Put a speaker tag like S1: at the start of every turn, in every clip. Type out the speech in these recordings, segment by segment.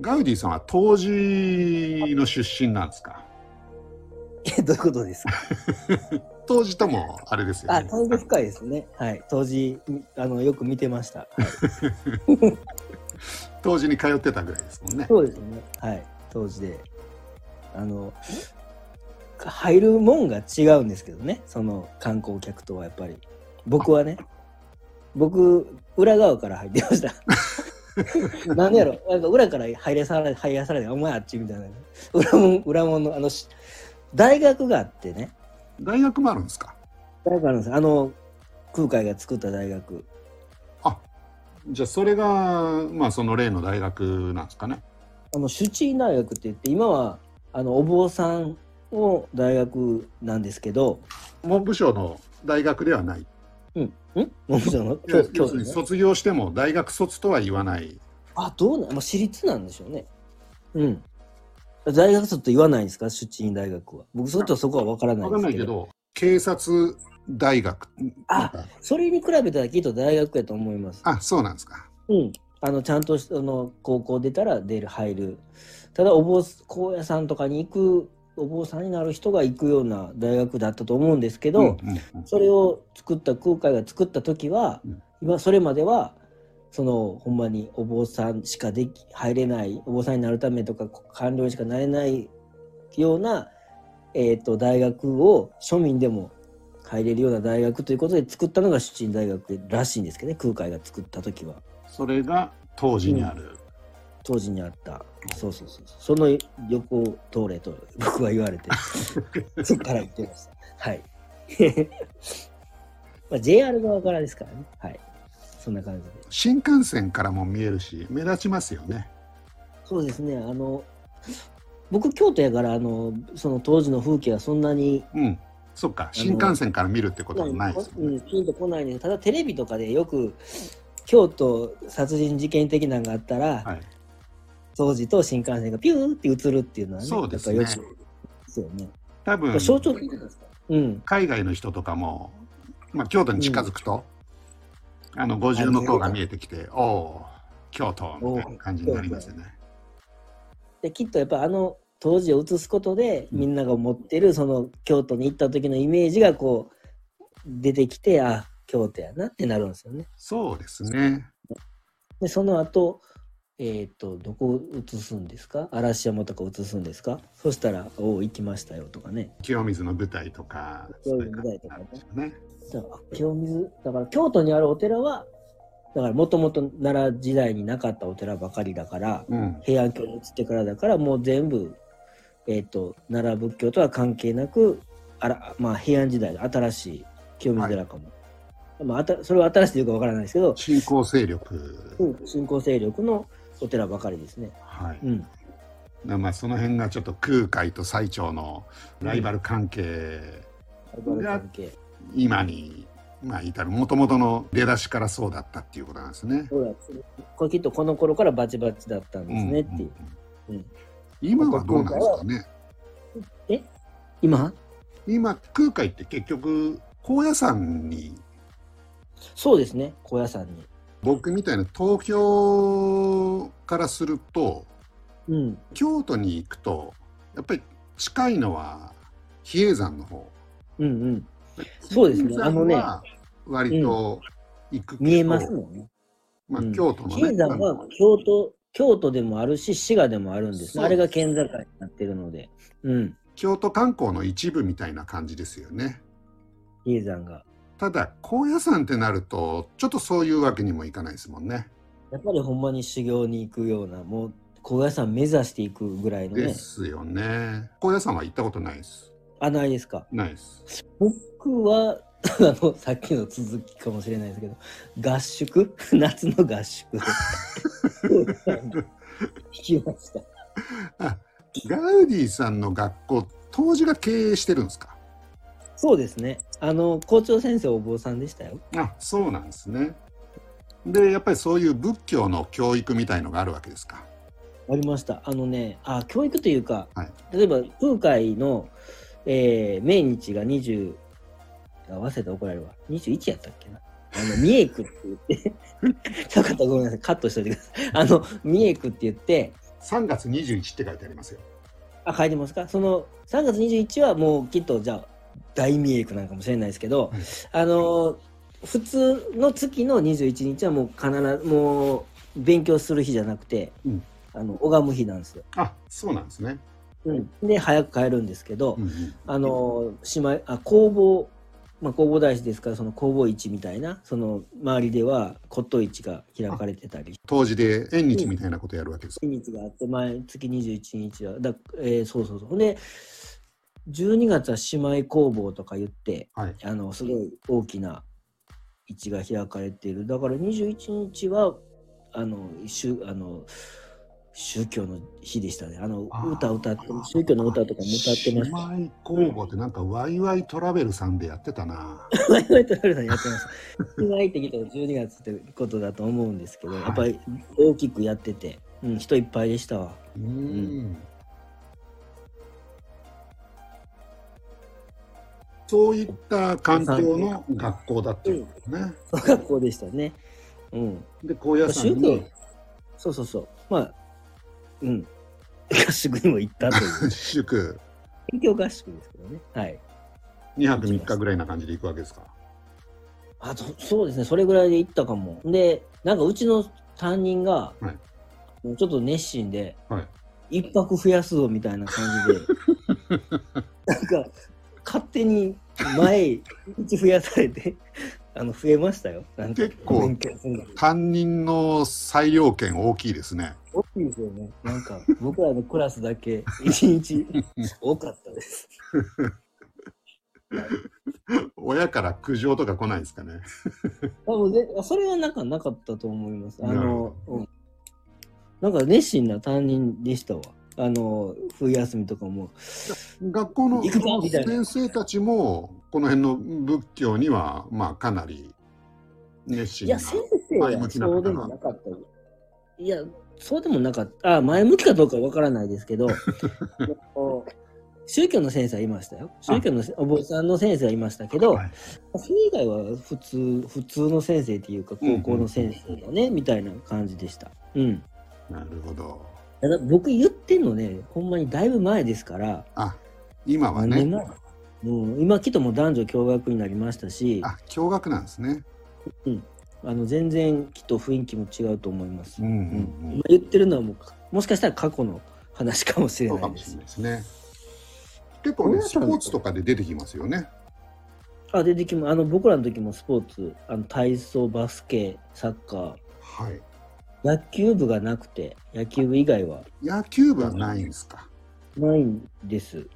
S1: ガウディさんは当時の出身なんですか
S2: え、どういうことですか
S1: 当時ともあれですよ
S2: あ、
S1: ね。
S2: 当時深いですね。はい。当時、みあの、よく見てました。
S1: 当時に通ってたぐらいですもんね。
S2: そうですね。はい。当時で。あの、入るもんが違うんですけどね。その観光客とはやっぱり。僕はね、僕、裏側から入ってま した。なんでやろなんか裏から入れされ、入らされて、お前あっちみたいな。裏門、裏門の、あの、し大学があってね。
S1: 大学もあるんですか
S2: 大学あるんですあの、空海が作った大学。
S1: じゃあそれが、まあその例の大学なんですかね。
S2: あの朱チー大学って言って今はあのお坊さんの大学なんですけど、
S1: 文部省の大学ではない。
S2: うん、ん 文部省の
S1: いや
S2: 教
S1: 要
S2: 教
S1: するに
S2: 授ね
S1: 卒業しても大学卒とは言わない。
S2: あどうなん、まあ、私立なんでしょうねうん大学卒と言わないんですか朱チー大学は僕ちょっとそこは分からない
S1: わ
S2: で
S1: かん
S2: す
S1: な
S2: け
S1: いけ
S2: ど
S1: ど、警察大学。なん
S2: あ
S1: か
S2: それに比べたらきっと大学やと思います
S1: あ、そうなんですか。
S2: うんあのちゃんとその高校出たら出る入るただお坊高野山とかに行くお坊さんになる人が行くような大学だったと思うんですけど、
S1: うんうんうん
S2: それを作った空海が作った時は、
S1: うん
S2: 今それまではそのほんまにお坊さんしかでき入れないお坊さんになるためとか官僚にしかなれないような、えー、と大学を庶民でも入れるような大学ということで作ったのが出身大学らしいんですけどね空海が作った時は
S1: それが当時にある。
S2: 当時にあったそうそうそうその横を通れと僕は言 われてそっから言ってましたはい まあ JR 側からですからねはいそんな感じで
S1: 新幹線からも見えるし、目立ちますよね。
S2: そうですねあの僕京都やからあのその当時の風景はそんなに
S1: うん。そっか、新幹線から見るってことはないですよ
S2: うん、
S1: ね。
S2: ピンとこないねただテレビとかでよく京都殺人事件的なのがあったら、
S1: はい。
S2: 当時と新幹線がピューって映るっていうのはね
S1: そうですね
S2: やっぱよくですよね
S1: 多分
S2: 象徴的なんですかうん。
S1: 海外の人とかも、まあ、京都に近づくと、あの五重の塔が見えてきて、おおー、京都みたいな感じになりますよね。
S2: で、きっとやっぱあの当時を映すことで、
S1: うん
S2: みんなが思ってるその京都に行った時のイメージがこう、出てきて、あ、京都やなってなるんですよね。
S1: そうですね。
S2: で、その後、えっ、と、どこを映すんですか嵐山とか映すんですかそしたら、おお、行きましたよとかね。
S1: 清水の舞台とか、
S2: 清水の舞台とかね
S1: そういう感じなんでしょうね。
S2: だから清水、だから京都にあるお寺は、だからもともと奈良時代になかったお寺ばかりだから、
S1: うん。
S2: 平安京に移ってからだからもう全部、えー、と奈良仏教とは関係なくあら、まあ、平安時代の新しい清水寺かも、まあ、あたそれは新しいというかわからないですけど、
S1: 新興勢力、
S2: うん、信仰勢力のお寺ばかりですね、
S1: はい。
S2: うん、
S1: なまあその辺がちょっと空海と最澄のライバル関係、
S2: 関係
S1: 今に、まあ、至るもともとの出だしからそうだったっていうことなんですね。
S2: そうだこれきっとこの頃からバチバチだったんですねっていう、
S1: うんうんうん
S2: うん
S1: 今はどうなんですかね
S2: 今
S1: 今空海って結局高野山に
S2: そうですね高野山に
S1: 僕みたいな東京からすると
S2: うん
S1: 京都に行くとやっぱり近いのは比叡山の方
S2: うんうんそうですね
S1: 比叡山は割と行くけど、
S2: 見えますもんね
S1: まあ
S2: うん
S1: 京都の
S2: 比叡山は京都京都でもあるし滋賀でもあるんです
S1: そう
S2: ねあれが県境になってるのでうん
S1: 京都観光の一部みたいな感じですよね。
S2: 比叡山が
S1: ただ高野山ってなるとちょっとそういうわけにもいかないですもんね。
S2: やっぱりほんまに修行に行くようなもう高野山目指していくぐらいの
S1: で
S2: ね
S1: すよね。高野山は行ったことないです。
S2: あないですか
S1: ないです。
S2: 僕は あのさっきの続きかもしれないですけど合宿 夏の合宿 聞きました
S1: あガウディさんの学校当時が経営してるんですか
S2: そうですねあの校長先生お坊さんでしたよ
S1: あそうなんですね。でやっぱりそういう仏教の教育みたいのがあるわけですか。
S2: ありました。あのね、あ教育というか、
S1: はい
S2: 例えば空海の、えー命日が20、合わせて怒られるわ。21やったっけな。あの、三重 区って言って、よかったらごめんなさい、カットしといてください。あの、三重区って言って、
S1: 3月21って書いてありますよ。
S2: あ、書いてますかその3月21日はもうきっとじゃあ大名駅なんかもしれないですけど、
S1: はい
S2: あの普通の月の21日はもう必ずもう勉強する日じゃなくて、
S1: うん
S2: あの拝む日なんですよ。
S1: あそうなんですね。
S2: で早く帰るんですけど、
S1: うんうん
S2: あの姉妹あ工房、まあ、工房大師ですからその工房市みたいなその周りでは骨董市が開かれてたり
S1: 当時で縁日みたいなことやるわけです。
S2: 日にちがあって毎月21日はだ、えーそうそうそうほんで12月は姉妹工房とか言って
S1: はい。
S2: あのすごい大きな市が開かれているだから21日はあの宗あの宗教の日でしたねあの
S1: あー
S2: 歌歌って宗教の歌とかも歌ってました
S1: 姉妹工房ってなんかワイワイトラベルさんでやってたな。
S2: ワイワイトラベルさんやってます。今入ってきたの12月ってことだと思うんですけど、
S1: はい
S2: やっぱり大きくやってて、うん、人いっぱいでしたわ。
S1: うんそういった環境の学校だっていうことですね。
S2: 小学校でしたね。うん。
S1: で、高野山に
S2: そうそうそう。まあ、うん。合宿にも行ったとい う。
S1: 祝
S2: 勉強合宿ですけどね。はい。
S1: 2泊3日ぐらいな感じで行くわけですか。
S2: あそそうですね、それぐらいで行ったかも。で、なんかうちの担任が、
S1: は
S2: もうちょっと熱心で、
S1: はい
S2: 一泊増やすぞみたいな感 じで、なんか勝手に前、一日増やされて、 あの増えましたよ。なんか
S1: 結構
S2: 勉強するの
S1: 担任の裁量権大きいですね。
S2: 大きいですよね。なんか僕らのクラスだけ一日多かったです。
S1: 親から苦情とか来ないですかね。
S2: 多分ねそれはなんかなかったと思います。あ
S1: なるほ
S2: の、うんなんか熱心な担任でしたわ。あの、冬休みとかも。
S1: 学校の
S2: 行くぞみたい
S1: 先
S2: な
S1: 生たちもこの辺の仏教にはまあかなり熱心
S2: い
S1: な
S2: や、先生は
S1: 前向きな
S2: そ
S1: 方
S2: うで
S1: だな
S2: もなかった。いや、そうでもなかった。あ、前向きかどうかわからないで すけど、あの宗教の先生はいましたよ。宗教のせお坊さんの先生はいましたけど、
S1: はい
S2: それ以外は普通、普通の先生っていうか、高校の先生だね、みたいな感じでした。うん。
S1: なるほど。
S2: ただ僕言ってんのね、ほんまにだいぶ前ですから、
S1: あ今は
S2: 何年
S1: ね
S2: 前、もう今きっともう男女共学になりましたし、あ
S1: あ驚愕なんですね。
S2: の全然きっと雰囲気も違うと思います。
S1: うん
S2: うん
S1: うんう
S2: 今
S1: ん。
S2: 言ってるのはもう、もしかしたら過去の話かもしれ
S1: そうか
S2: ない
S1: も
S2: で
S1: しれ
S2: す
S1: ない。ですね。結構ね
S2: どう
S1: ス
S2: した
S1: ポ
S2: んだろ
S1: ー
S2: う
S1: ツとかで出てきますよね。
S2: あ、出てきも、あの僕らの時もスポーツ、あの体操、バスケ、サッカー、
S1: はい。
S2: 野球部がなくて、野球部以外は
S1: 野球部はないんですか。
S2: ないんです。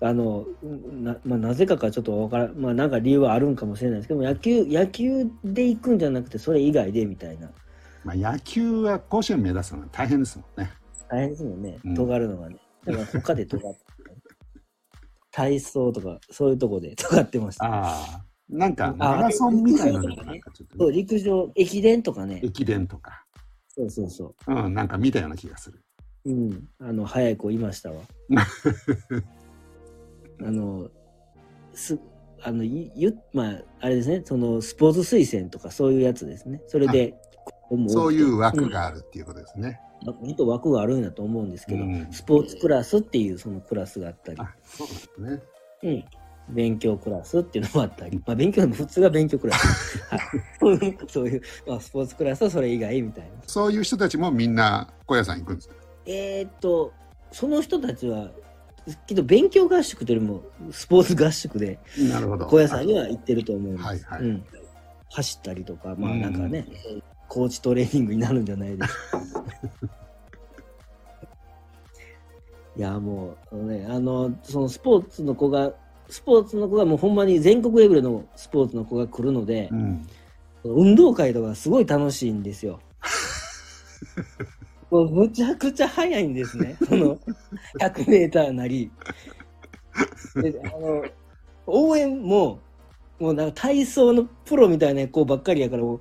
S2: あのうんな,、まあ、なぜかかちょっとわからん、まあ、なんか理由はあるんかもしれないですけど野球野球で行くんじゃなくてそれ以外でみたいな
S1: まあ野球は甲子園目指すのは大変ですもんね。
S2: 大変ですもんね
S1: うん
S2: 尖るのがね、だから他で尖って体操とかそういうとこで 尖ってました
S1: ああ。なんか
S2: あ
S1: マラソンみたいなのがなんかちょっ
S2: そ
S1: と
S2: う
S1: ね、
S2: 陸上駅伝とかね
S1: 駅伝とか、
S2: そうそうそ
S1: うん、なんか見たような気がする。
S2: ううんあの早い子いまし たわあのすあのいゆまああれですねそのスポーツ推薦とかそういうやつですねそれで
S1: そういう
S2: う
S1: 枠
S2: ん
S1: があるっていうことですね。
S2: まあきっと枠があるんだと思うんですけど、
S1: うん
S2: スポーツクラスっていうそのクラスがあったり
S1: あ、そうなんですね。
S2: うん、勉強クラスっていうのもあったり、まあ、勉強普通が勉強クラス、はい、そういう、まあ、スポーツクラスはそれ以外みたいな
S1: そういう人たちもみんな小屋さん行くんですか。
S2: えーっとその人たちはきっと勉強合宿というよりもスポーツ合宿で
S1: なるほど。
S2: 小屋さんには行ってると思うんです、
S1: はいはい
S2: うん、走ったりとかまあなんかね、コーチトレーニングになるんじゃないですか いやもうあのねあのそのスポーツの子がスポーツの子がもうほんまに全国レベルのスポーツの子が来るので
S1: う、ん。
S2: 運動会とかすごい楽しいんで すよ。もうむちゃくちゃ速いんですね。その100メーターなり。であの応援も、もうなんか体操のプロみたいな子ばっかりやから、もう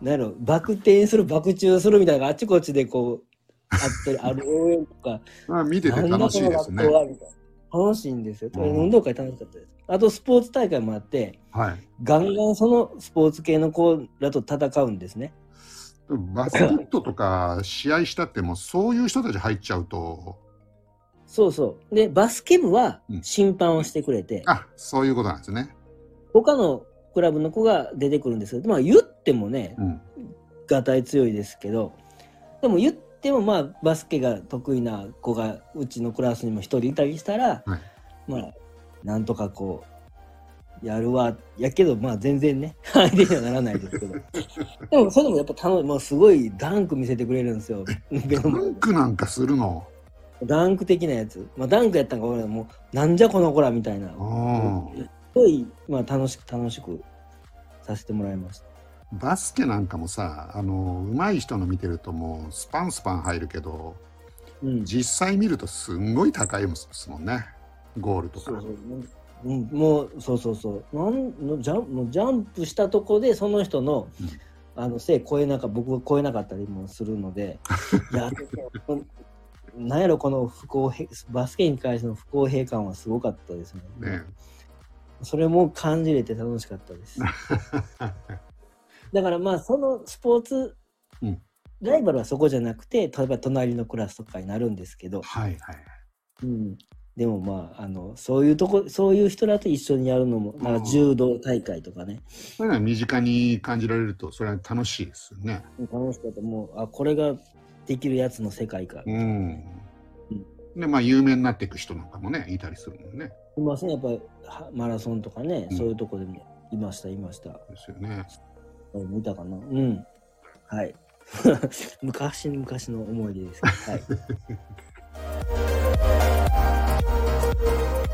S2: なんやろ、バク転する、バク宙するみたいな、あちこちでこう、あったり、ある応援とか、
S1: まあ見てて楽しいですね
S2: なんだこの学。校はみたいな楽しいんですよ。
S1: うん
S2: 運動会楽しかったです。あとスポーツ大会もあって、
S1: はい。
S2: ガンガンそのスポーツ系の子らと戦うんですね。
S1: でもバスケットとか試合したってもうそういう人たち入っちゃうと
S2: そうそう。で、バスケ部は
S1: うん
S2: 審判をしてくれて、
S1: あそういうことなんですね。
S2: 他のクラブの子が出てくるんですけど、まあ言ってもね、
S1: うん、
S2: がたい強いですけど、でも言ってもまあバスケが得意な子がうちのクラスにも一人いたりしたら、
S1: はい
S2: まあ、なんとかこう、やるわ。やけど、まあ全然ね、 相手にはならないですけど。でも、それでもやっぱ楽しもうすごいダンク見せてくれるんですよ。ベ
S1: ダ
S2: ロマ
S1: ンクなんかするの。
S2: ダンク的なやつ。まあダンクやったんかわからんけどもうなんじゃこの子らみたいな。
S1: うん
S2: すごい、まあ、楽しく楽しくさせてもらいました。
S1: バスケなんかもさあの上手い人の見てるともうスパンスパン入るけど
S2: うん、
S1: 実際見るとすんごい高いもんですもんねゴールとか。
S2: うん、もうそうそうそうなんのジャンもうジャンプしたとこでその人の,、あの背超えなか僕は超えなかったりもする のでいやなんやろこの不公平バスケに関しての不公平感はすごかったですね
S1: ね
S2: それも感じれて楽しかったですだからまあそのスポーツ、
S1: うん
S2: ライバルはそこじゃなくて例えば隣のクラスとかになるんですけど、
S1: はいはい。
S2: うん、でもまああのそういうとこそういう人らと一緒にやるのも
S1: ん
S2: なんか柔道大会とかね、
S1: そういうのは身近に感じられるとそれは楽しいですよね。
S2: 楽しかったもうあこれができるやつの世界か、
S1: うん。でまあ有名になっていく人なんかもねいたりするもんね。
S2: いますねやっぱりはマラソンとかね、
S1: うん
S2: そういうとこでもいましたいました
S1: ですよね。
S2: あ見たかなうんはい 昔昔の思い出ですけどはい